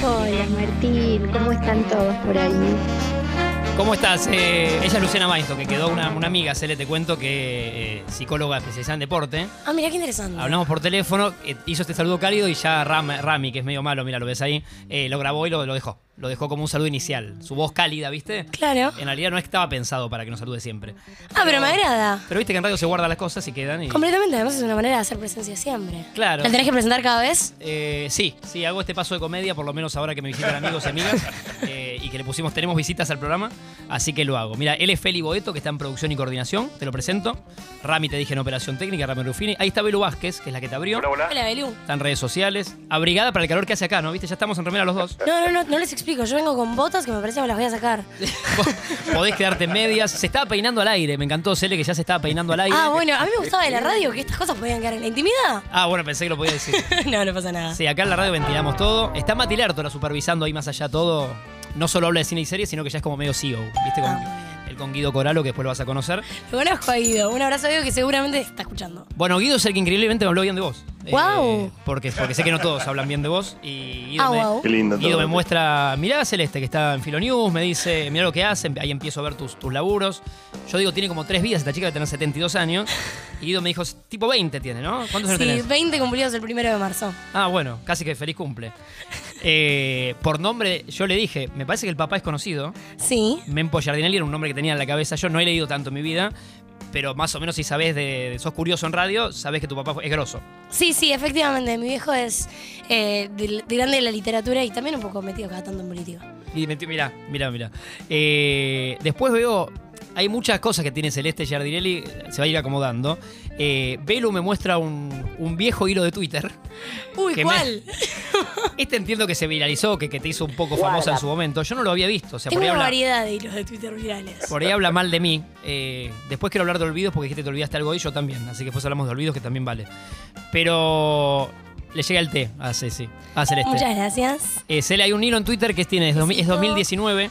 Buenas, Martín. ¿Cómo están todos por ahí? ¿Cómo estás? Eh, ella es Luciana Mainsto, que quedó una, una amiga, se le te cuento, que eh, psicóloga especializada en deporte. Ah, mira qué interesante. Hablamos por teléfono, eh, hizo este saludo cálido y ya Ram- Rami, que es medio malo, mira, lo ves ahí, eh, lo grabó y lo, lo dejó. Lo dejó como un saludo inicial. Su voz cálida, ¿viste? Claro. En realidad no estaba pensado para que nos salude siempre. Ah, pero me agrada. Pero viste que en radio se guardan las cosas y quedan y... Completamente, además es una manera de hacer presencia siempre. Claro. ¿La tenés que presentar cada vez? Eh, sí, sí, hago este paso de comedia, por lo menos ahora que me visitan amigos y amigas, eh, y que le pusimos, tenemos visitas al programa, así que lo hago. Mira, él es Feli Boeto, que está en producción y coordinación, te lo presento. Rami, te dije en operación técnica, Rami Rufini. Ahí está Belu Vázquez, que es la que te abrió. Hola, hola. Hola, Belú. Está en redes sociales. Abrigada para el calor que hace acá, ¿no? ¿Viste? Ya estamos en remera los dos. No, no, no, no les explico. Yo vengo con botas que me parece que me las voy a sacar. Vos Podés quedarte en medias. Se estaba peinando al aire, me encantó Cele, que ya se estaba peinando al aire. Ah, bueno, a mí me gustaba de la radio que estas cosas podían quedar en la intimidad. Ah, bueno, pensé que lo podía decir. no, no pasa nada. Sí, acá en la radio ventilamos todo. Está Mati Lertora supervisando ahí más allá todo. No solo habla de cine y series, sino que ya es como medio CEO. ¿Viste? Con, el con Guido Coralo, que después lo vas a conocer. Lo conozco a Guido. Un abrazo a Guido que seguramente está escuchando. Bueno, Guido es el que increíblemente me habló bien de vos. Eh, Guau. porque, porque sé que no todos hablan bien de vos. Y Guido, Ah, me, guau. Qué lindo Guido todo. me muestra, mirá a Celeste, que está en Filonews, me dice, mirá lo que hace, ahí empiezo a ver tus, tus laburos. Yo digo, tiene como tres vidas esta chica de tener 72 años. Y Guido me dijo, tipo 20 tiene, ¿no? ¿Cuántos años Sí, tenés? 20 cumplidos el primero de marzo. Ah, bueno, casi que feliz cumple. Eh, por nombre, yo le dije, me parece que el papá es conocido. Sí. Mempo Giardinelli era un nombre que tenía en la cabeza. Yo no he leído tanto en mi vida, pero más o menos si sabés de, de- sos curioso en radio, sabés que tu papá fue- es grosso. Sí, sí, efectivamente. Mi viejo es eh, de, de grande de la literatura y también un poco metido cada tanto en política. Y meti- mirá, mirá, mirá. Eh, después veo, hay muchas cosas que tiene Celeste Giardinelli, se va a ir acomodando. Eh, Belu me muestra un, un viejo hilo de Twitter. Uy, Que me- ¿cuál? Este entiendo que se viralizó, que, que te hizo un poco famosa en su momento. Yo no lo había visto. O sea, Tengo por ahí una habla- variedad de hilos de Twitter virales. Por ahí habla mal de mí. Eh, después quiero hablar de olvidos porque dijiste te olvidaste algo y yo también. Así que después hablamos de olvidos que también vale. Pero le llega el té a Ceci, a Celeste. Muchas gracias. Eh, Cele, hay un hilo en Twitter que tiene, es, dos mil- es Besito. 2019.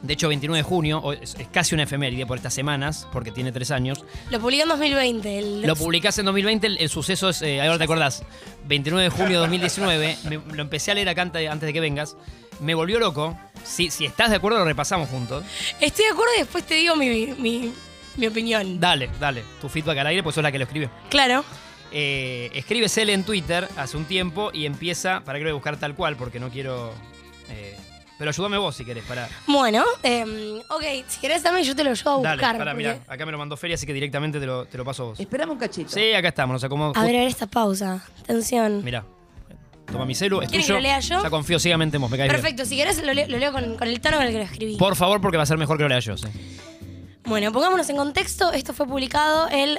De hecho, 29 de junio, hoy es, es casi una efeméride por estas semanas, porque tiene tres años. Lo publiqué en 2020. el- Lo publicás en 2020, el, el suceso es, eh, ahora te acordás, 29 de junio de 2019, me- lo empecé a leer acá ante- antes de que vengas, me volvió loco. Si, si estás de acuerdo, lo repasamos juntos. Estoy de acuerdo y después te digo mi, mi, mi opinión. Dale, dale, tu feedback al aire, pues sos la que lo escribió. Claro. Eh, escribe Cele en Twitter hace un tiempo y empieza, para que lo voy a buscar tal cual, porque no quiero... eh, pero ayúdame vos si querés, para... Bueno, eh, ok, si querés también yo te lo llevo a buscar. Dale, para, porque- mirá, acá me lo mandó Feria, así que directamente te lo, te lo paso a vos. Esperame un cachito. Sí, acá estamos, nos acomodamos. A ver, a ver esta pausa. Atención. Mirá, toma mi celu, es ¿Quieren que tuyo. lo lea yo? Ya confío ciegamente en vos, me caes bien. Perfecto, si querés lo, leo- lo leo con, con el tono con el que lo escribí. Por favor, porque va a ser mejor que lo lea yo, sí. Bueno, pongámonos en contexto. Esto fue publicado el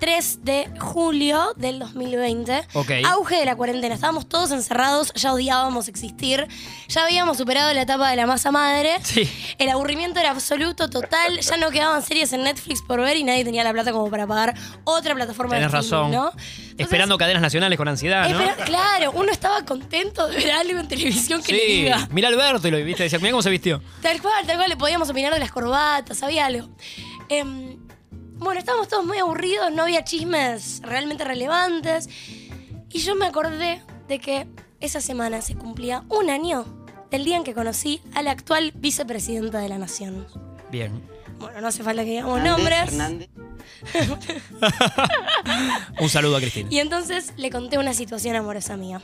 3 de julio del 2020. Ok. Auge de la cuarentena. Estábamos todos encerrados, ya odiábamos existir, ya habíamos superado la etapa de la masa madre. Sí. El aburrimiento era absoluto, total. Ya no quedaban series en Netflix por ver y nadie tenía la plata como para pagar otra plataforma Tenés de streaming, razón. ¿no? Entonces, Esperando cadenas nacionales con ansiedad, ¿no? espera- claro, uno estaba contento de ver algo en televisión que le sí, diga. mirá a Alberto y lo viste, decía, mirá cómo se vistió. Tal cual, tal cual, le podíamos opinar de las corbatas, había algo. Em, bueno, estábamos todos muy aburridos, no había chismes realmente relevantes. Y yo me acordé de que esa semana se cumplía un año del día en que conocí a la actual vicepresidenta de la Nación. Bien. Bueno, no hace falta que digamos Fernández, nombres. Fernández. Un saludo a Cristina. Y entonces le conté una situación amorosa mía.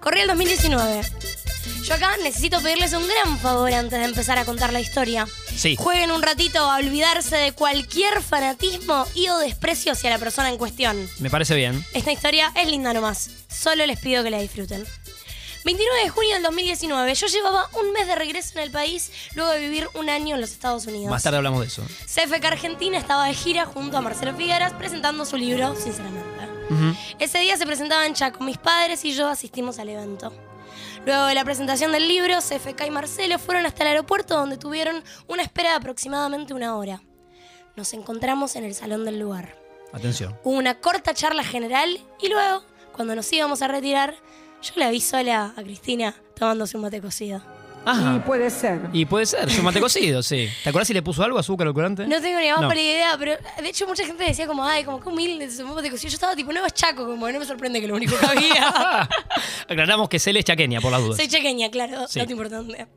Corría el 2019. Yo acá necesito pedirles un gran favor antes de empezar a contar la historia. Sí. Jueguen un ratito a olvidarse de cualquier fanatismo y o desprecio hacia la persona en cuestión. Me parece bien. Esta historia es linda nomás. Solo les pido que la disfruten. 29 de junio del 2019, yo llevaba un mes de regreso en el país luego de vivir un año en los Estados Unidos. Más tarde hablamos de eso. CFK Argentina estaba de gira junto a Marcelo Figueras presentando su libro, sinceramente. Ese día se presentaba en Chaco. Mis padres y yo asistimos al evento. Luego de la presentación del libro, CFK y Marcelo fueron hasta el aeropuerto donde tuvieron una espera de aproximadamente una hora. Nos encontramos en el salón del lugar. Atención. Hubo una corta charla general y luego, cuando nos íbamos a retirar, yo la vi sola a Cristina tomándose un mate cocido. Ajá. Y puede ser. Ah. Y puede ser, es un mate cocido, sí. ¿Te acordás si le puso algo, azúcar o colorante? No tengo ni más No. pálida idea, pero de hecho mucha gente decía como, ay, como qué humilde, se de cocina. Yo estaba tipo, no es chaco, como no me sorprende que lo único que había. Aclaramos que Cele es chaqueña, por las dudas. Soy chaqueña, claro, Sí. dato importante.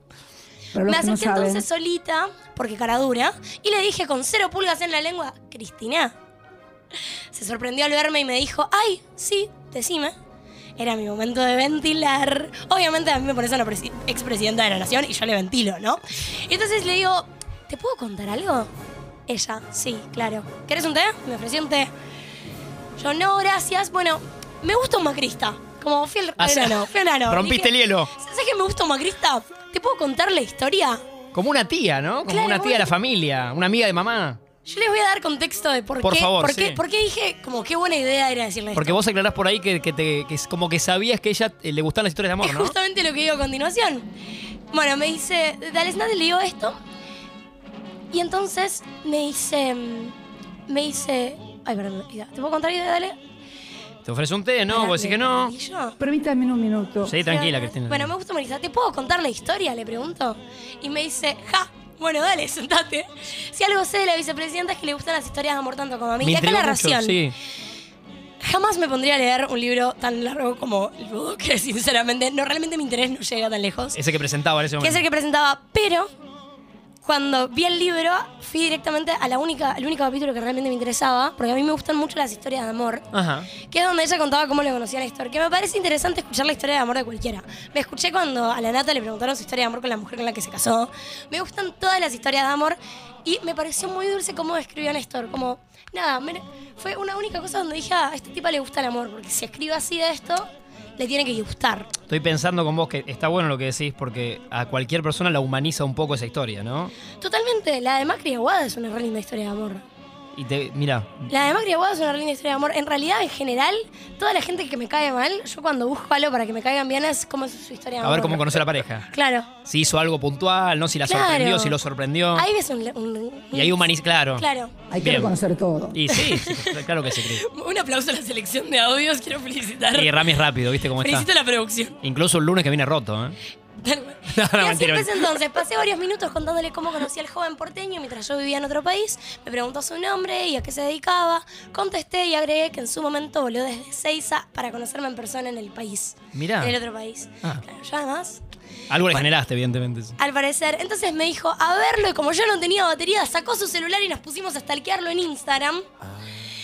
Pero los Me que no acerqué saben. entonces solita, porque cara dura, y le dije con cero pulgas en la lengua, Cristina. Se sorprendió al verme y me dijo, ay, sí, decime. Era mi momento de ventilar. Obviamente a mí me pones a una presi- expresidenta de la nación y yo le ventilo, ¿no? Y entonces le digo, ¿te puedo contar algo? Ella, sí, claro. ¿Querés un té? Me ofreció un té. Yo, no, gracias. Bueno, me gusta un macrista. Como fui al Ah, sí. verano, fui al verano. Rompiste Dije, el hielo. ¿Sabes qué me gusta un macrista? ¿Te puedo contar la historia? Como una tía, ¿no? Como Claro, una tía de la bueno. familia, una amiga de mamá. Yo les voy a dar contexto de por, Por qué, favor, por, qué, sí. por qué dije como qué buena idea era decirle Porque esto. vos aclarás por ahí que, que te- que es como que sabías que ella eh, le gustaban las historias de amor, es ¿no? justamente lo que digo a continuación. Bueno, me dice, dale, Snat, le digo esto. Y entonces me dice, mm, me dice, ay, perdón, ya, ¿te puedo contar? Dale. Te ofrece un té, ¿no? Pará, Vos decís ¿me que no. perdí yo? Permítame un minuto. Sí, tranquila, Cristina. Bueno, me gusta Marisa. ¿Te puedo contar la historia? Le pregunto. Y me dice, ja, bueno, dale, sentate. Si algo sé de la vicepresidenta es que le gustan las historias de amor tanto como a mí. Me y acá la intrigó mucho, ración. Sí. Jamás me pondría a leer un libro tan largo como el Vudú, que sinceramente, no, realmente mi interés no llega tan lejos. Ese que presentaba en ese que es momento. el que presentaba, pero cuando vi el libro fui directamente a la única, al único capítulo que realmente me interesaba, porque a mí me gustan mucho las historias de amor, Ajá. que es donde ella contaba cómo le conocía la historia, que me parece interesante escuchar la historia de amor de cualquiera. Me escuché cuando a la Nata le preguntaron su historia de amor con la mujer con la que se casó. Me gustan todas las historias de amor y me pareció muy dulce cómo describió a Néstor, como nada, me- fue una única cosa donde dije, "Ah, a esta tipa le gusta el amor, porque si escribe así de esto, le tiene que gustar. Estoy pensando con vos que está bueno lo que decís porque a cualquier persona la humaniza un poco esa historia, ¿no? Totalmente, la de Macri y Aguada es una re linda historia de amor. Y te, mira, La de Macri y Aguada es una re linda historia de amor. En realidad, en general, toda la gente que me cae mal, yo cuando busco algo para que me caigan bien es como es su historia de a amor. ver cómo conoce la pareja. Claro. Si hizo algo puntual, ¿no? Si la Claro. sorprendió, si lo sorprendió. Ahí ves un. un- Y ahí humaniza, claro. Claro. Hay que Bien. reconocer todo. Y sí, sí, claro que sí, Cris. Un aplauso a la selección de audios, quiero felicitar. Y Rami es rápido, ¿viste cómo está? Felicito a la producción. Incluso el lunes que viene roto, ¿eh? y no, así mentira. empecé entonces. Pasé varios minutos contándole cómo conocí al joven porteño mientras yo vivía en otro país. Me preguntó su nombre y a qué se dedicaba. Contesté y agregué que en su momento voló desde Seiza para conocerme en persona en el país. Mirá. En el otro país. Ah. Claro, yo además Algo le generaste, evidentemente. Al parecer. Entonces me dijo, a verlo, y como yo no tenía batería, sacó su celular y nos pusimos a stalkearlo en Instagram.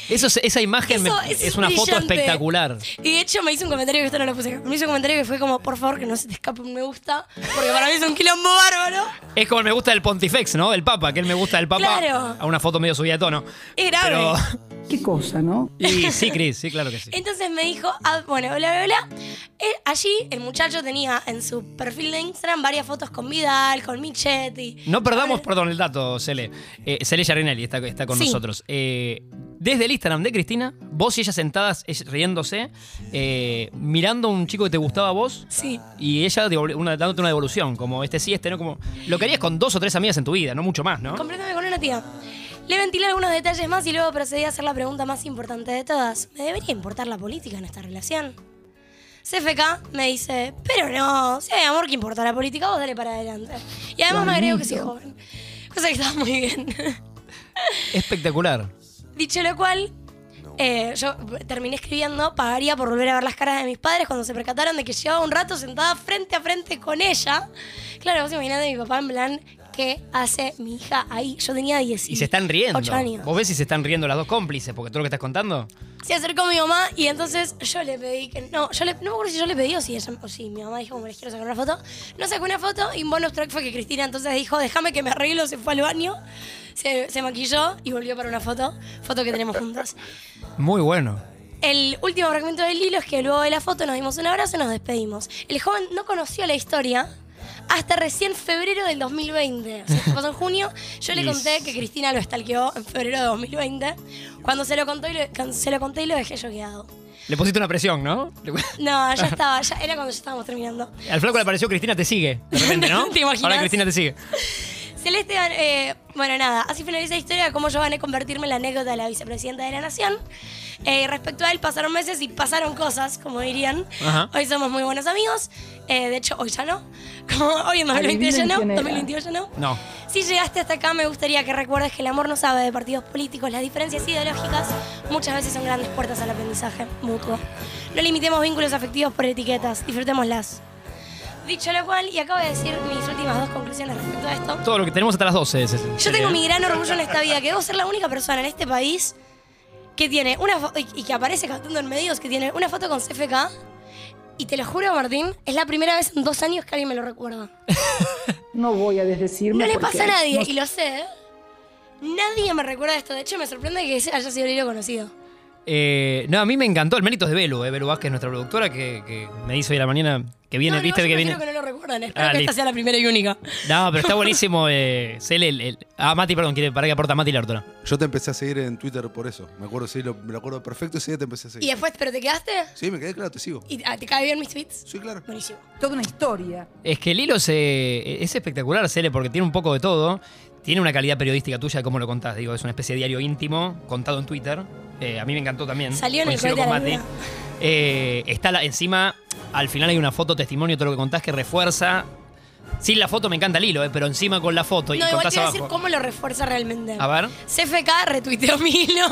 Eso, es- esa imagen me- Eso es, una foto brillante. espectacular. Y de hecho me hizo un comentario que esto no lo puse acá. Me hizo un comentario que fue como, por favor, que no se te escape un me gusta, porque para mí es un quilombo bárbaro. Es como el me gusta del Pontifex, ¿no? Del Papa, que él me gusta del Papa. Claro. A una foto medio subida de tono. Es grave. Pero. Qué cosa, ¿no? Y sí, Cris, sí, claro que sí. Entonces me dijo, ah, bueno, bla, bla, bla. Eh, allí el muchacho tenía en su perfil de Instagram varias fotos con Vidal, con Michetti. No perdamos, perdón, el dato, Cele. Eh, Cele Giardinelli está, está con Sí. nosotros. Eh, desde el Instagram de Cristina, vos y ella sentadas ella- riéndose, eh, mirando a un chico que te gustaba a vos. Sí. Y ella devol- una, dándote una devolución, como este sí, este no, como. Lo que harías con dos o tres amigas en tu vida, no mucho más, ¿no? Complétame con una tía. Le ventilé algunos detalles más y luego procedí a hacer la pregunta más importante de todas. ¿Me debería importar la política en esta relación? CFK me dice, pero no, si hay amor que importa la política, vos dale para adelante. Y además me agrego que soy joven. Cosa que está muy bien. Espectacular. Dicho lo cual, eh, yo terminé escribiendo, pagaría por volver a ver las caras de mis padres cuando se percataron de que llevaba un rato sentada frente a frente con ella. Claro, vos imaginate mi papá en plan, ¿qué hace mi hija ahí? Yo tenía 10 Y se están riendo. Ocho años. Vos ves si se están riendo las dos cómplices, porque todo lo que estás contando. Se acercó mi mamá y entonces yo le pedí que. No, yo le- no me acuerdo si yo le pedí o si, ella, o si mi mamá dijo, como les quiero sacar una foto. No sacó una foto y un bonus track fue que Cristina entonces dijo, déjame que me arreglo, se fue al baño, se, se maquilló y volvió para una foto, foto que tenemos juntos. Muy bueno. El último fragmento del hilo es que luego de la foto nos dimos un abrazo y nos despedimos. El joven no conoció la historia hasta recién febrero del 2020. O sea, esto pasó en junio. Yo le Y conté sí. que Cristina lo estalqueó en febrero de 2020. Cuando se lo conté, y lo- cuando se lo, conté y lo dejé choqueado. Le pusiste una presión, ¿no? No, ya estaba, ya, era cuando ya estábamos terminando. Al flaco le apareció Cristina te sigue. De repente, ¿no? ¿Te imaginas? Ahora Cristina te sigue. Celeste, eh, bueno, nada, así finaliza la historia de cómo yo gané convertirme en la anécdota de la vicepresidenta de la Nación. Eh, respecto a él, pasaron meses y pasaron cosas, como dirían. Ajá. Hoy somos muy buenos amigos. Eh, de hecho, hoy ya no. Como hoy en 2020 ya Adivinen no, quién era. 2021 ya no. No. Si llegaste hasta acá, me gustaría que recuerdes que el amor no sabe de partidos políticos. Las diferencias ideológicas muchas veces son grandes puertas al aprendizaje mutuo. No limitemos vínculos afectivos por etiquetas, disfrutémoslas. Dicho lo cual, y acabo de decir mis últimas dos conclusiones respecto a esto. Todo lo que tenemos hasta las 12 es ese. ¿eh? Yo tengo mi gran orgullo en esta vida, que debo ser la única persona en este país que tiene una fo- y y que aparece cantando en medios, que tiene una foto con CFK. Y te lo juro, Martín, es la primera vez en dos años que alguien me lo recuerda. No voy a desdecirme. No le porque pasa a nadie, no- y lo sé. ¿eh? Nadie me recuerda esto. De hecho, me sorprende que ese haya sido el hilo conocido. Eh, no, a mí me encantó el mérito es de Belu, eh. Belu Vázquez, nuestra productora, que, que me dice hoy a la mañana que viene, no, viste no, yo que viene. prefiero que no lo recuerdan. Espero Ah, que listo. esta sea la primera y única. No, pero está buenísimo. Eh, Cele, el, el- Ah, Mati, perdón, quiere, para que aporta Mati Lartona. Yo te empecé a seguir en Twitter por eso. Me acuerdo, sí, lo, me lo acuerdo perfecto ese día te empecé a Y seguir. después, ¿pero te quedaste? Sí, me quedé claro, te sigo. ¿Y ah, te cae bien mis tweets? Sí, claro. Buenísimo. Toda una historia. Es que el hilo se- es espectacular, Cele, porque tiene un poco de todo. Tiene una calidad periodística tuya, como lo contás. Digo, es una especie de diario íntimo contado en Twitter. Eh, a mí me encantó también. Salió en el Coincido cohete con a la Mati. luna. Eh, está la- encima, al final hay una foto, testimonio, todo lo que contás que refuerza. Sin la foto me encanta el hilo, eh, pero encima con la foto y No, igual contás te voy a abajo. decir cómo lo refuerza realmente. A ver. CFK retuiteó mi hilo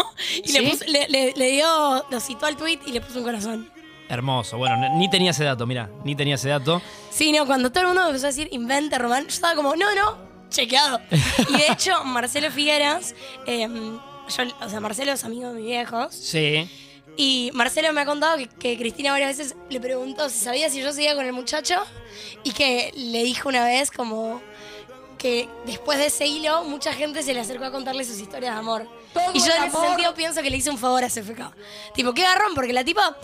y ¿Sí? le, puso- le, le- le dio, lo citó al tweet y le puso un corazón. Hermoso. Bueno, ni- ni tenía ese dato, mira, ni tenía ese dato. Sí, no, cuando todo el mundo me empezó a decir inventa Román, yo estaba como, no, no, chequeado. Y de hecho, Marcelo Figueras, eh, yo, o sea, Marcelo es amigo de mis viejos, Sí. y Marcelo me ha contado que, que Cristina varias veces le preguntó si sabía si yo seguía con el muchacho y que le dijo una vez como que después de ese hilo mucha gente se le acercó a contarle sus historias de amor. Todo y yo el en ese amor. sentido pienso que le hice un favor a CFK. Tipo, qué garrón, porque la tipa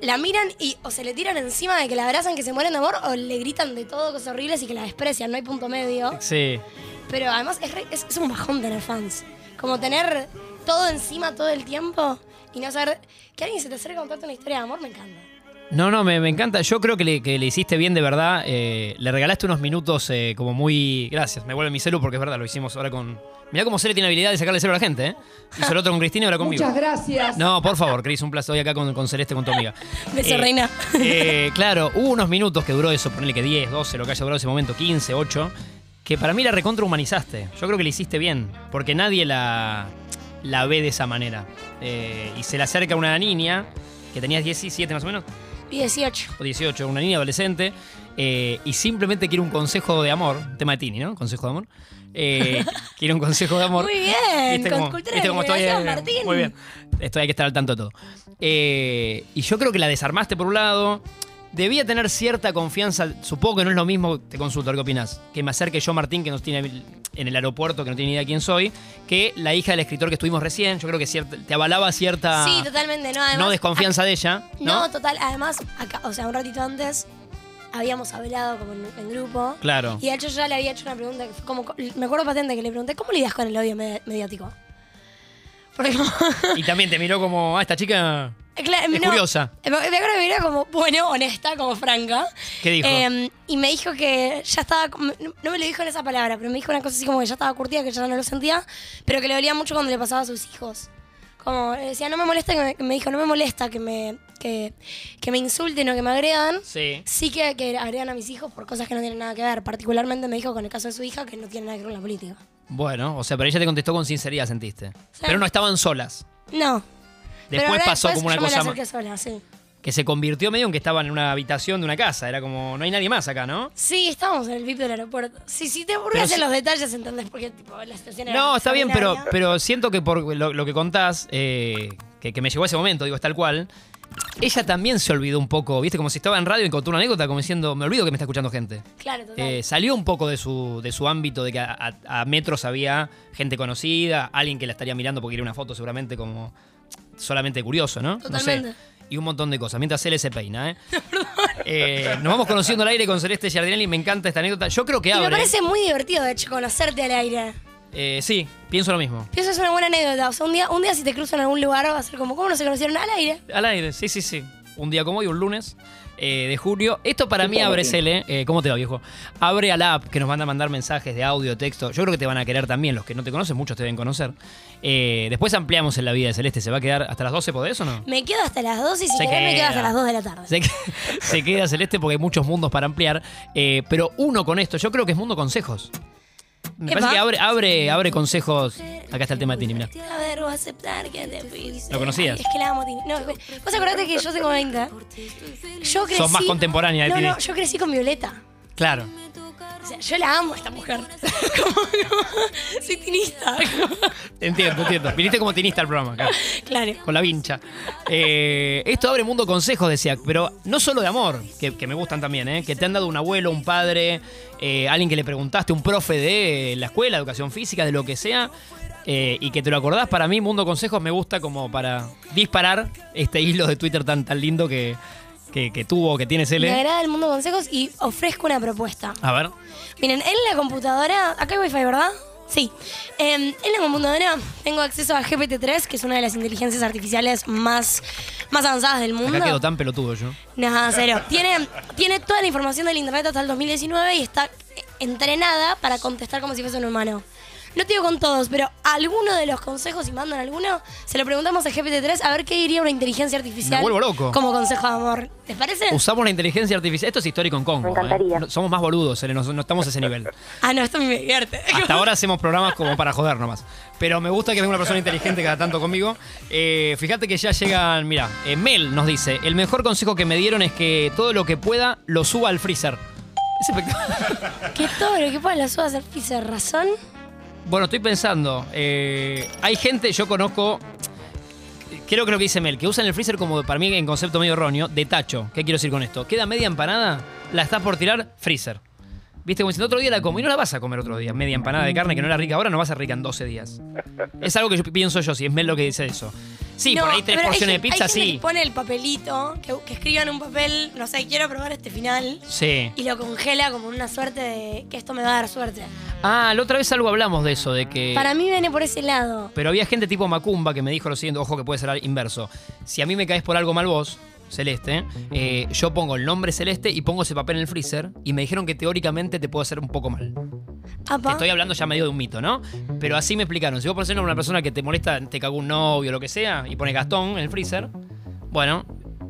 la miran y o se le tiran encima de que la abrazan que se mueren de amor o le gritan de todo cosas horribles y que la desprecian, no hay punto medio. Sí. Pero además es, re- es- es un bajón tener fans. Como tener todo encima todo el tiempo y no saber que alguien se te acerque a contarte una historia de amor, me encanta. No, no, me, me encanta. Yo creo que le, que le hiciste bien de verdad. Eh, le regalaste unos minutos eh, como muy. Gracias, me vuelve mi celu porque es verdad, lo hicimos ahora con. Mirá cómo Cele tiene habilidad de sacarle el celu a la gente, ¿eh? Hizo el otro con Cristina y ahora conmigo. Muchas gracias. No, por favor, Cris, un placer hoy acá con, con Celeste, con tu amiga. Beso, Eh, reina. eh, claro, hubo unos minutos que duró eso, ponele que 10, 12, lo que haya durado ese momento, 15, 8, que para mí la recontra humanizaste. Yo creo que le hiciste bien, porque nadie la, la ve de esa manera. Eh, y se le acerca una niña, que tenías 17 más o menos, Y 18. o 18, una niña adolescente, eh, y simplemente quiere un consejo de amor, tema de Tini, ¿no? Consejo de amor. Eh, quiere un consejo de amor. Muy bien, ¿Viste con cómo- cultura viste de cómo estoy? liberación, Eh, Martín. Muy bien. Estoy, hay que estar al tanto de todo. Eh, y yo creo que la desarmaste por un lado. Debía tener cierta confianza. Supongo que no es lo mismo, te consulto, a ver ¿qué opinas? Que me acerque yo, Martín, que no tiene en el aeropuerto, que no tiene ni idea quién soy, que la hija del escritor que estuvimos recién. Yo creo que cierta- te avalaba cierta Sí, totalmente, no, además. Ah, ah, no desconfianza de ella. No, ¿no? total, además, acá, o sea, un ratito antes habíamos hablado como en, en grupo. Claro. Y de hecho yo ya le había hecho una pregunta que fue como, me acuerdo patente que le pregunté, ¿cómo lidias con el odio medi- mediático? Porque como- Y también te miró como, ah, esta chica. Claro, Es curiosa. Eh, Me me acuerdo que me era como, bueno, honesta, como franca. ¿Qué dijo? Eh, y me dijo que ya estaba, como- no, no me lo dijo en esa palabra, pero me dijo una cosa así como que ya estaba curtida, que ya no lo sentía, pero que le dolía mucho cuando le pasaba a sus hijos. Como eh, decía, no me molesta, que me, que me dijo, no me molesta que me, que, que me insulten o que me agredan. Sí. Sí que, que agregan a mis hijos por cosas que no tienen nada que ver. Particularmente me dijo con el caso de su hija que no tiene nada que ver con la política. Bueno, o sea, pero ella te contestó con sinceridad, sentiste. Pero no estaban solas. No. Pero Después ahora pasó como una yo me la cosa ma- acerqué sola, sí. que se convirtió medio en que estaban en una habitación de una casa. Era como, no hay nadie más acá, ¿no? Sí, estábamos en el VIP del aeropuerto. Sí, sí, te Pero aburres en si- los detalles, ¿entendés? Porque tipo, la situación era. No, está bien, pero, extraordinaria. pero siento que por lo, lo que contás, eh, que, que me llegó ese momento, digo, es tal cual. Ella también se olvidó un poco, ¿viste? Como si estaba en radio y contó una anécdota, como diciendo, me olvido que me está escuchando gente. Claro, total. Eh, salió un poco de su, de su ámbito, de que a, a- a metros había gente conocida, alguien que la estaría mirando porque quería una foto seguramente como solamente curioso, ¿no? No sé. Totalmente. Y un montón de cosas. Mientras él se peina, ¿eh? Eh, nos vamos conociendo al aire con Celeste Giardinelli. Me encanta esta anécdota. Yo creo que y abre. me parece muy divertido, de hecho, conocerte al aire. Eh, sí, pienso lo mismo. Pienso que es una buena anécdota. O sea, un día, un día si te cruzan en algún lugar, va a ser como, ¿cómo no se conocieron al aire? Al aire, sí, sí, sí. un día como hoy, un lunes eh, de junio. Esto para mí abre Cele, eh, ¿cómo te va, viejo? Abre a la app que nos van a mandar mensajes de audio, texto. Yo creo que te van a querer también, los que no te conocen, muchos te deben conocer. Eh, después ampliamos en la vida de Celeste, ¿se va a quedar hasta las 12 podés o no? Me quedo hasta las 12 y si Se querés me queda. quedo hasta las 2 de la tarde. Se, que- se queda Celeste porque hay muchos mundos para ampliar. eh, pero uno con esto, yo creo que es mundo consejos. Me Epa. parece que abre, abre, abre consejos. Acá está el tema de Tini, mirá. A ver, o aceptar que te fuiste. ¿Lo conocías? Ay, Es que la amo, Tini. No, escu- vos acordate que yo tengo 20. Yo crecí... Sos más contemporánea de No, Tini. no, yo crecí con Violeta. Claro. O sea, yo la amo a esta mujer. Como, como- soy tinista. Entiendo, entiendo. Viniste como tinista al programa acá. claro. Con la vincha. Eh, esto abre mundo consejos, decía, pero no solo de amor, que, que me gustan también, ¿eh? que te han dado un abuelo, un padre, eh, alguien que le preguntaste, un profe de la escuela, educación física, de lo que sea, eh, y que te lo acordás. Para mí, mundo consejos me gusta como para disparar este hilo de Twitter tan, tan lindo que, que, que tuvo, que tiene Me Cele. agrada el mundo consejos y ofrezco una propuesta. A ver. Miren, en la computadora, acá hay wifi, ¿verdad? Sí. Em, en la computadora tengo acceso a GPT-3, que es una de las inteligencias artificiales más, más avanzadas del mundo. Acá quedo tan pelotudo yo. No, cero. Tiene, tiene toda la información del internet hasta el 2019 y está entrenada para contestar como si fuese un humano. No te digo con todos, pero alguno de los consejos, si mandan alguno, se lo preguntamos a GPT-3 a ver qué diría una inteligencia artificial. Me vuelvo loco. Como consejo de amor. ¿Te parece? Usamos la inteligencia artificial. Esto es histórico en Congo. Me encantaría. No- Somos más boludos, Cele, no, no estamos a ese nivel. Ah, no, esto a mí me divierte. Hasta ahora hacemos programas como para joder nomás. Pero me gusta que venga una persona inteligente cada tanto conmigo. Eh, fíjate que ya llegan, mira, eh, Mel nos dice, el mejor consejo que me dieron es que todo lo que pueda lo suba al freezer. Es espectacular. que todo lo que pueda lo suba a hacer piso razón. Bueno, estoy pensando, eh, hay gente, yo conozco, creo que lo que dice Mel, que usan el freezer como para mí en concepto medio erróneo, de tacho. ¿Qué quiero decir con esto? Queda media empanada, la estás por tirar, freezer. Viste, como diciendo, otro día la como y no la vas a comer otro día. Media empanada de carne que no era rica ahora, no va a ser rica en 12 días. Es algo que yo pienso yo, si es Mel lo que dice eso. Sí, No, por ahí tres pero hay porciones de gente- pizza, hay gente sí. que pone el papelito, que, que escriban un papel, no sé, quiero probar este final. Sí. Y lo congela como una suerte de que esto me va a dar suerte. Ah, la otra vez algo hablamos de eso, de que... Para mí viene por ese lado. Pero había gente tipo Macumba que me dijo lo siguiente, ojo que puede ser al inverso. Si a mí me caes por algo mal vos, Celeste, eh, yo pongo el nombre Celeste y pongo ese papel en el freezer y me dijeron que teóricamente te puedo hacer un poco mal. Te Apa. estoy hablando ya medio de un mito, ¿no? Pero así me explicaron. Si vos pones el nombre a una persona que te molesta, te cagó un novio o lo que sea, y pones Gastón en el freezer, bueno,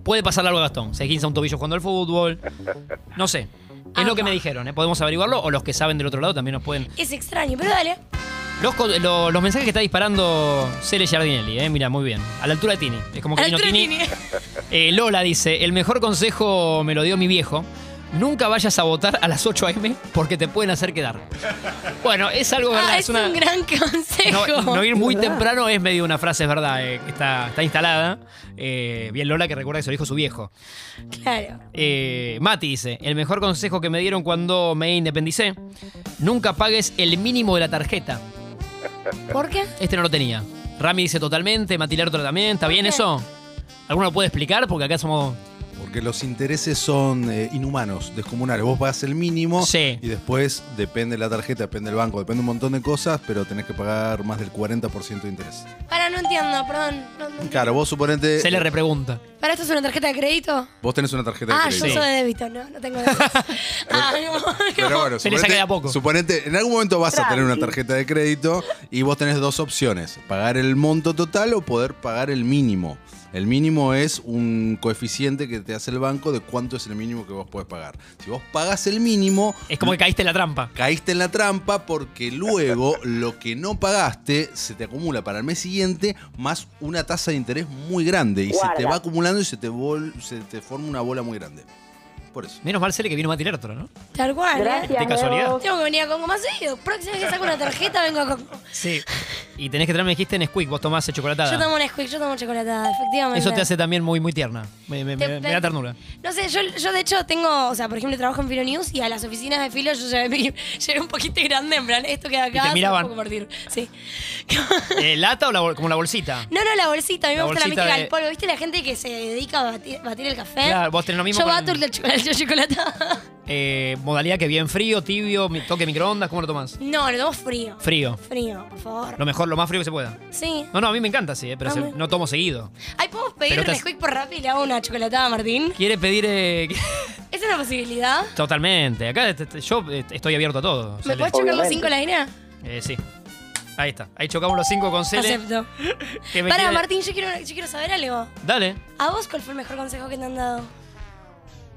puede pasar algo a Gastón. Se quince un tobillo jugando al fútbol, no sé. Es lo que me dijeron, ¿eh? Podemos averiguarlo o los que saben del otro lado también nos pueden Es extraño, pero dale. los, co- lo- los mensajes que está disparando Cele Giardinelli, eh, mira, muy bien. A la altura de Tini. Es como que Al vino Trini. Tini. Eh, Lola dice, el mejor consejo me lo dio mi viejo. Nunca vayas a votar a las 8 a.m. porque te pueden hacer quedar. Bueno, es algo verdad. Ah, es es una, un gran consejo. no, no ir muy Es verdad. temprano es medio una frase, es verdad, eh, que está, está instalada. Eh, bien Lola que recuerda que se lo dijo su viejo. Claro. Eh, Mati dice, el mejor consejo que me dieron cuando me independicé, nunca pagues el mínimo de la tarjeta. ¿Por qué? Este no lo tenía. Rami dice totalmente, Mati Lertora también. ¿Está bien Ok. eso? ¿Alguno lo puede explicar? Porque acá somos. Porque los intereses son eh, inhumanos, descomunales. Vos pagás el mínimo Sí. y después depende la tarjeta, depende el banco, depende un montón de cosas, pero tenés que pagar más del 40% de interés. Para, no entiendo, perdón. No, no entiendo. Claro, vos suponete. Se le repregunta. ¿Para esto es una tarjeta de crédito? Vos tenés una tarjeta de Ah, crédito. yo Sí. soy de débito, no, no tengo débito. ah, no, Pero bueno, Se le saca de a poco. suponete, en algún momento vas a tener una tarjeta de crédito y vos tenés dos opciones: pagar el monto total o poder pagar el mínimo. El mínimo es un coeficiente que te hace el banco de cuánto es el mínimo que vos podés pagar. Si vos pagás el mínimo, Es como que caíste en la trampa. caíste en la trampa porque luego lo que no pagaste se te acumula para el mes siguiente más una tasa de interés muy grande y se te Guarda. va acumulando y se te, vol- se te forma una bola muy grande. Por eso. Menos mal Cele que vino Mati Lertora, ¿no? Tal cual, ¿eh? Gracias, De casualidad. Leo. Tengo que venir a Congo más seguido. Próxima vez que saco una tarjeta, vengo a Congo. Sí. Y tenés que traerme, dijiste, en Squeak. Vos tomás eh, chocolatada. Yo tomo un squeak, yo tomo chocolatada, Ah. efectivamente. Eso te hace también muy, muy tierna. Me, me- Te- me- me da ternura. No sé, yo, yo de hecho tengo, o sea, por ejemplo, trabajo en Filo News y a las oficinas de Filo yo llevé, mi- llevé un poquito grande, en plan, esto queda acá, te se lo miraban. puedo compartir. Sí. Eh, ¿Lata o la bol- como la bolsita? No, no, la bolsita, a mí La me gusta la bolsita mística de- del polvo. ¿Viste la gente que se dedica a batir, batir el café? Claro, vos tenés lo mismo Yo con- bato el de chocolate, el chocolate. Eh, modalidad que bien frío, tibio, mi- toque microondas. ¿Cómo lo tomás? No, lo tomo frío. Frío. Frío, por favor. Lo mejor, lo más frío que se pueda. Sí. No, no, a mí me encanta, sí, eh, pero Ah, se- bueno. no tomo seguido. Ay, podemos pedir Pero estás- Nesquik por Rappi y le hago una chocolatada a Martín? ¿Quiere pedir.? eh, que- ¿Es una posibilidad? Totalmente. Acá este, este, yo eh, estoy abierto a todo. ¿Me Cele. puedes chocar los Obviamente. cinco en la arena? Eh, sí. Ahí está. Ahí chocamos los cinco con Cele. Acepto. que me Para, quiere- Martín, yo quiero, yo quiero saber algo. Dale. ¿A vos cuál fue el mejor consejo que te han dado?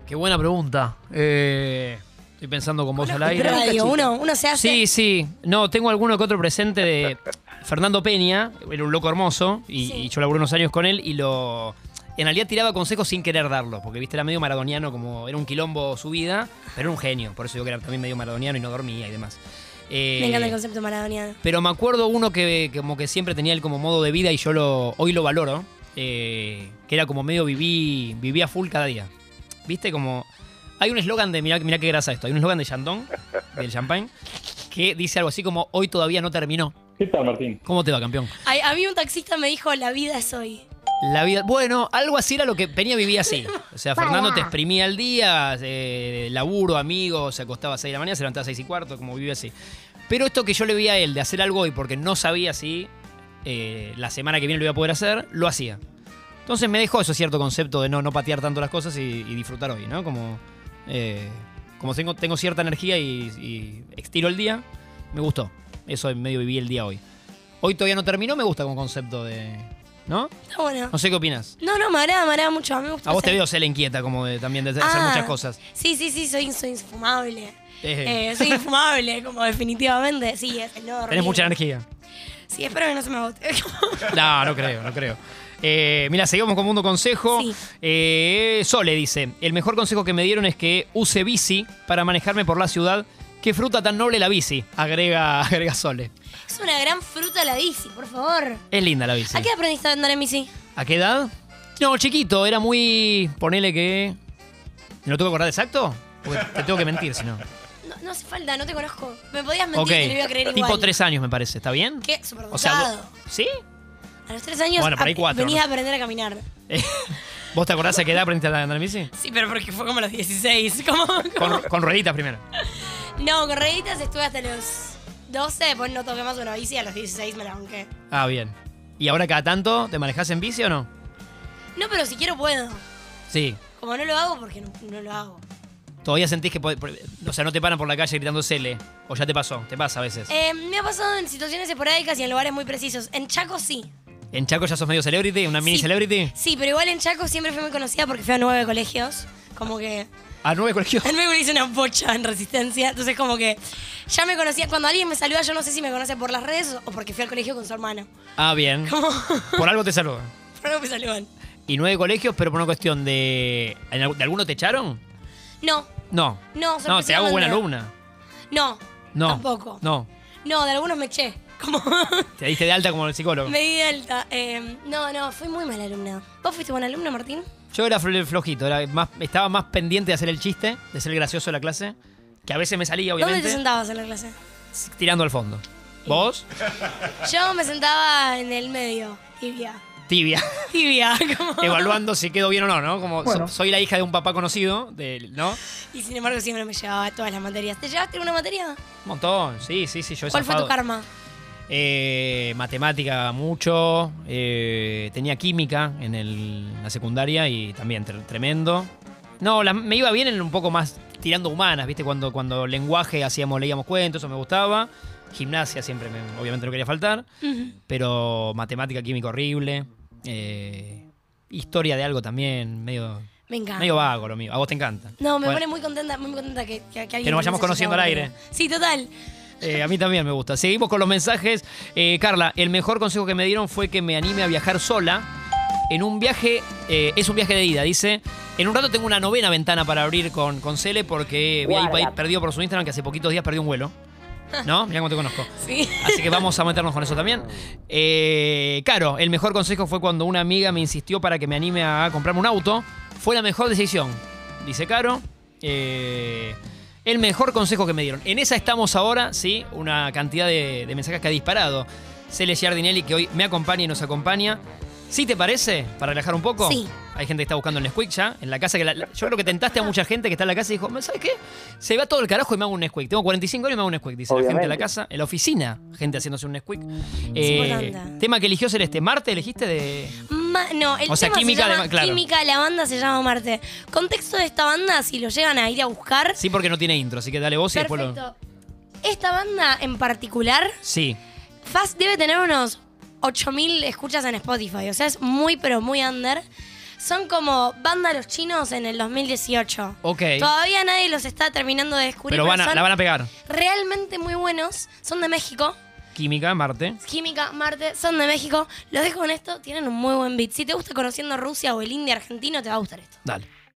Qué buena pregunta. Eh, estoy pensando con vos al aire. Radio, uno, uno se hace. Sí, sí. No, tengo alguno que otro presente de Fernando Peña, era un loco hermoso, y, Sí. y yo laburé unos años con él y lo. En realidad tiraba consejos sin querer darlos, porque viste, era medio maradoniano, como era un quilombo su vida, pero era un genio, por eso yo que era también medio maradoniano y no dormía y demás. Eh, Me encanta el concepto maradoniano. pero me acuerdo uno que, que como que siempre tenía él como modo de vida y yo lo hoy lo valoro, eh, que era como medio viví, viví a full cada día. ¿Viste? Como... Hay un eslogan de, mirá, mirá qué grasa esto, hay un eslogan de Chandon, del champagne, que dice algo así como, hoy todavía no terminó. ¿Qué tal, Martín? ¿Cómo te va, campeón? Ay, a mí un taxista me dijo, la vida es hoy. La vida... Bueno, algo así era lo que Peña vivía así. O sea, Fernando te exprimía al día, eh, laburo, amigos, se acostaba a 6 de la mañana, se levantaba a 6 y cuarto, como vive así. Pero esto que yo le vi a él de hacer algo hoy porque no sabía si eh, la semana que viene lo iba a poder hacer, lo hacía. Entonces me dejó ese cierto concepto de no, no patear tanto las cosas y, y disfrutar hoy, ¿no? Como, eh, como tengo, tengo cierta energía y, y extiro el día, me gustó. Eso en medio viví el día hoy. Hoy todavía no terminó, me gusta como concepto de... ¿No? Está bueno. No sé qué opinas. No, no, me agrada, me agrada mucho. A mí me gusta A vos te hacer- veo ser la inquieta como de, también de hacer Ah. muchas cosas. Sí, sí, sí, soy, soy infumable. Eh, Eh, soy infumable, como definitivamente. Sí, es el no dormir. tenés mucha energía. Sí, espero que no se me agote. No, no creo, no creo. Eh, mira, seguimos con Mundo Consejo. Sí. Eh, Sole dice, el mejor consejo que me dieron es que use bici para manejarme por la ciudad. Qué fruta tan noble la bici, agrega, agrega Sole. es una gran fruta la bici, por favor. Es linda la bici. ¿A qué aprendiste a andar en bici? ¿A qué edad? No, chiquito, era muy... Ponele que... ¿Me lo tengo que acordar exacto? Porque te tengo que mentir, si no. No, no hace falta, no te conozco. Me podías mentir Ok. y te lo iba a creer igual. Tipo tres años, me parece. ¿Está bien? ¿Qué? Superdotado. O sea, vos- ¿sí? a los tres años Bueno, por ahí ap- cuatro, venías ¿no? a aprender a caminar. Eh, ¿Vos te acordás a qué edad aprendiste a andar en bici? Sí, pero porque fue como a los 16. Como, Con, con rueditas primero. No, con rueditas estuve hasta los 12, después no toqué más una bici, a los 16 me la banqué. Ah, bien. ¿Y ahora cada tanto te manejás en bici o no? No, pero si quiero puedo. Sí. Como no lo hago, porque no, no lo hago. ¿Todavía sentís que podés- o sea, no te paran por la calle gritando Cele? ¿O ya te pasó? ¿Te pasa a veces? Eh, me ha pasado en situaciones esporádicas y en lugares muy precisos. En Chaco sí. ¿En Chaco ya sos medio celebrity? ¿Una mini Sí. celebrity? Sí, pero igual en Chaco siempre fui muy conocida porque fui a nueve colegios. Como que ¿A Ah, nueve colegios? en medio hice una bocha en resistencia. Entonces como que ya me conocía. Cuando alguien me saluda, yo no sé si me conoce por las redes o porque fui al colegio con su hermano. Ah, bien. Como, Por algo te saludan. por algo me saludan. ¿Y nueve colegios, pero por una cuestión de... ¿en al- ¿De alguno te echaron? No, No. No, No, te hago buena sorpresivamente. alumna. no. No. Tampoco. No. No, de algunos me eché. Como Te diste de alta como el psicólogo. me di de alta. Eh, no, no, fui muy mala alumna. ¿Vos fuiste buena alumna, Martín? Yo era fl- flojito, era más, estaba más pendiente de hacer el chiste, de ser el gracioso de la clase, que a veces me salía, ¿Dónde obviamente, te sentabas en la clase? tirando al fondo. ¿Vos? Yo me sentaba en el medio, tibia. Tibia. Tibia, como... Evaluando si quedo bien o no, ¿no? Como so- Bueno. soy la hija de un papá conocido, de, ¿no? Un Y sin embargo siempre me llevaba todas las materias. ¿Te llevaste alguna materia? montón, sí, sí, sí. Yo he ¿Cuál fue zafado. tu karma? Eh, matemática mucho, eh, tenía química en el- la secundaria y también tre- tremendo. No, la- me iba bien en un poco más tirando humanas, ¿viste? Cuando, cuando lenguaje hacíamos, leíamos cuentos, eso me gustaba. Gimnasia siempre, me- obviamente no quería faltar, pero matemática, química horrible. eh, historia de algo también, medio, Me encanta. medio vago lo mío. A vos te encanta. Ah. No, me Bueno, pone muy contenta, muy contenta que, que, alguien... Que nos vayamos conoce conociendo esa al materia. aire. Sí, total. eh, a mí también me gusta. Seguimos con los mensajes. Eh, Carla, el mejor consejo que me dieron fue que me anime a viajar sola. En un viaje, eh, es un viaje de ida, dice. En un rato tengo una novena ventana para abrir con, con Cele porque vi ahí Guarda. pa- perdido por su Instagram que hace poquitos días perdió un vuelo. ¿No? Mira cómo te conozco. Sí. Así que vamos a meternos con eso también. Eh, claro, el mejor consejo fue cuando una amiga me insistió para que me anime a comprarme un auto. Fue la mejor decisión, dice Caro. Eh, el mejor consejo que me dieron. En esa estamos ahora, sí, una cantidad de, de mensajes que ha disparado. Cele Giardinelli, que hoy me acompaña y nos acompaña. ¿Sí te parece? Para relajar un poco. Sí. Hay gente que está buscando el Nesquik ya, en la casa. Que la- la- yo creo que tentaste a mucha gente que está en la casa y dijo, ¿sabes qué? Se va todo el carajo y me hago un Nesquik. Tengo 45 años y me hago un Nesquik, dice la gente en la Obviamente. casa. En la oficina, gente haciéndose un Nesquik. Eh, importante. tema que eligió Celeste. ¿Marte este. elegiste de...? Mm, Ma- no, el O sea, tema se Química de llama Ma- claro. Química, la banda se llama Marte. Contexto de esta banda, si lo llegan a ir a buscar. Sí, porque no tiene intro, así que dale vos y después lo. perfecto. Esta banda en particular, Sí. Fast debe tener unos 8000 escuchas en Spotify. O sea, es muy, pero muy under. Son como banda los chinos en el 2018. Ok. Todavía nadie los está terminando de descubrir. Pero van a- son la van a pegar. realmente muy buenos. Son de México. Química, Marte. Química, Marte, son de México. Los dejo con esto, tienen un muy buen beat. Si te gusta conociendo Rusia o el indie argentino, te va a gustar esto. Dale.